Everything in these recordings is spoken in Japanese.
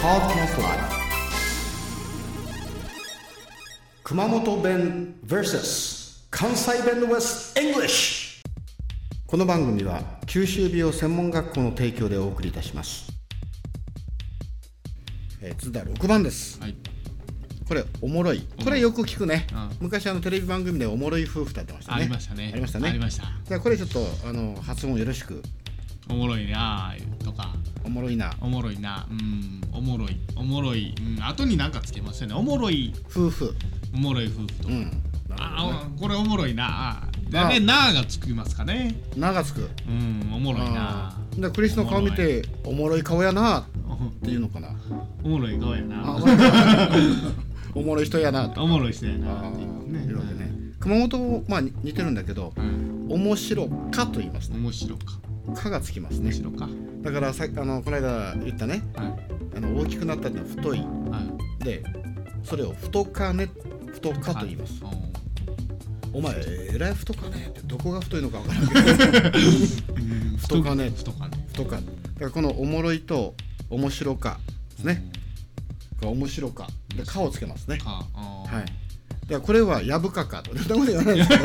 Podcast Live 熊本弁 vs 関西弁 West English この番組は九州美容専門学校の提供でお送りいたしますえー、続いては6番ですはい。これおもろいこれよく聞くね、うん昔あのテレビ番組でおもろい夫婦ってやってましたあねりましたね。ありましたねありました。じゃあこれちょっとあの発音よろしくおもろいなあとか、おもろいなおもろいな、うん、おもろい、おもろい、うん、後になんかつけますよね。おもろい、夫婦おもろい夫婦うとか。んなるほどねあ、あこれおもろいなあ。だめなあがつきますかね。名がつくうん、おもろいなあ。でクリスの顔見ておもろい顔やなっていうのかなおもろい顔 やな。おもろい人やなと おもろい人やなあっていうね。いうわけね熊本もまあに似てるんだけどうん。面白かと言いますね面白か。かがつきますね面白か。はい。だからさあのこの間言ったねあの大きくなったってのは太いはい。でそれを太かね太かと言いますお前えらい太かねってどこが太いのか分からんけどうん。太かね太かね。太かだからこのおもろいと面白かですねこれ面白かでかをつけますねか。ははい。じゃあこれはやぶかかと。 そんなこと言わないです け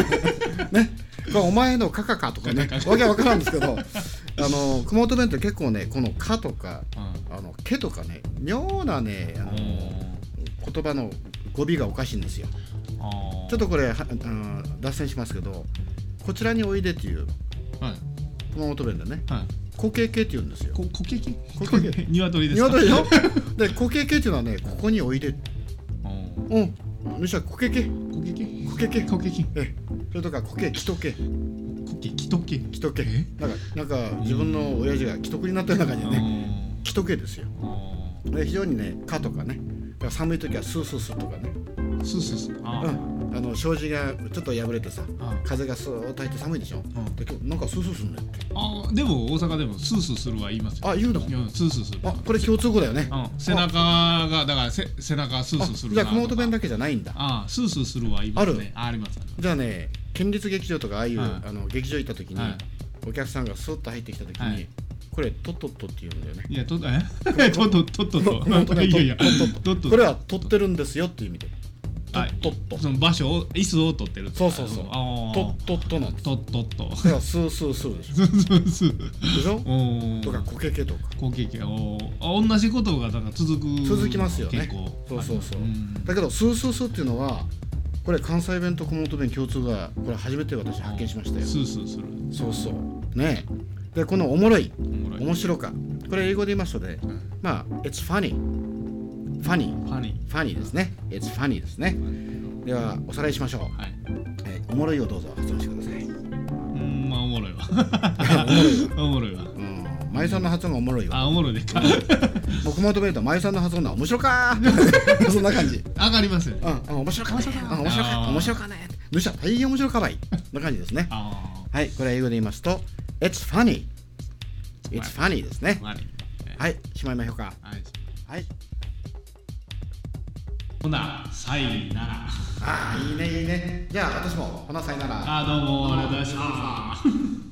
ど。ね。これお前のかかかとかね。わけわからんですけど。 あの熊本弁って結構ねこのかとかうあのけとかね妙なねあのん。言葉の語尾がおかしいんですよ。あーちょっとこれはあの脱線しますけど、こちらにおいでっていうはい熊本弁でね、はい固形形って言うんですよ。ここけきこけき鶏ですか鶏よ。で固形形っていうのはねここにおいで。うんうん。むしろ固形形。こけきこけきこけきええ、それとか固形気とけ。こけきとけ既得権えなんかなんか自分の親父が既得になったような感じでねね既得権ですよで非常にね「か」とかねだから寒い時はスースースーとかね、スースースーあうーん、あの障子がちょっと破れてさあ風がスーッと入って寒いでしょ、んで今日なんかスースーすんねってあーでも大阪でもスースーするは言いますよあ言うのいやスースーするあこれ共通語だよねうん背中がだからせ背中スーあスーするじゃあ熊本弁だだけじゃないんだあースースーするは言いますねあありますありますじゃあね県立劇場とかああいう、はいあの劇場行った時に、はいお客さんがスーッと入ってきた時に、はいこれ「とっとっと」って言うんだよねいやとえとっととっと とっとっとといやいやとっとっととっとこれは取ってるんですよっていう意味でとはいっとっとその場所を椅子を取ってるってそうそうそうあーとっとっとなんですとっとっとだからスースースーでしょそうそうそうでしょおーとかコケケとか後継機おーあ同じことがだから続く続きますよね結構そうそうそううんだけどスースースーっていうのはこれ関西弁と熊本弁共通がこれ初めて私発見しましたよスースーするそうそうねえでこのおもろいおもろい面白かこれ英語で言いますのでうんまあ It's funny funny ファニ funny ですね It's funny ですねではおさらいしましょーはい、う、えーおもろいをどうぞ発音してくださいうんまあおもろいわおもろいわうんまゆさんの発音がおもろいわあおもろいでかもう熊本弁とまゆさんの発音が面白かー そんな感じ上がりますよねうん、面白か面白か面白あかー面白かねむしろ大変面白かばいな感じですねあはいこれ英語で言いますと It's funny It's funny ですねあ悪いねはいしまいましょうかはいはいほなさいならああいいねいいねじゃあ私もほなさいならあどうもありがとうございました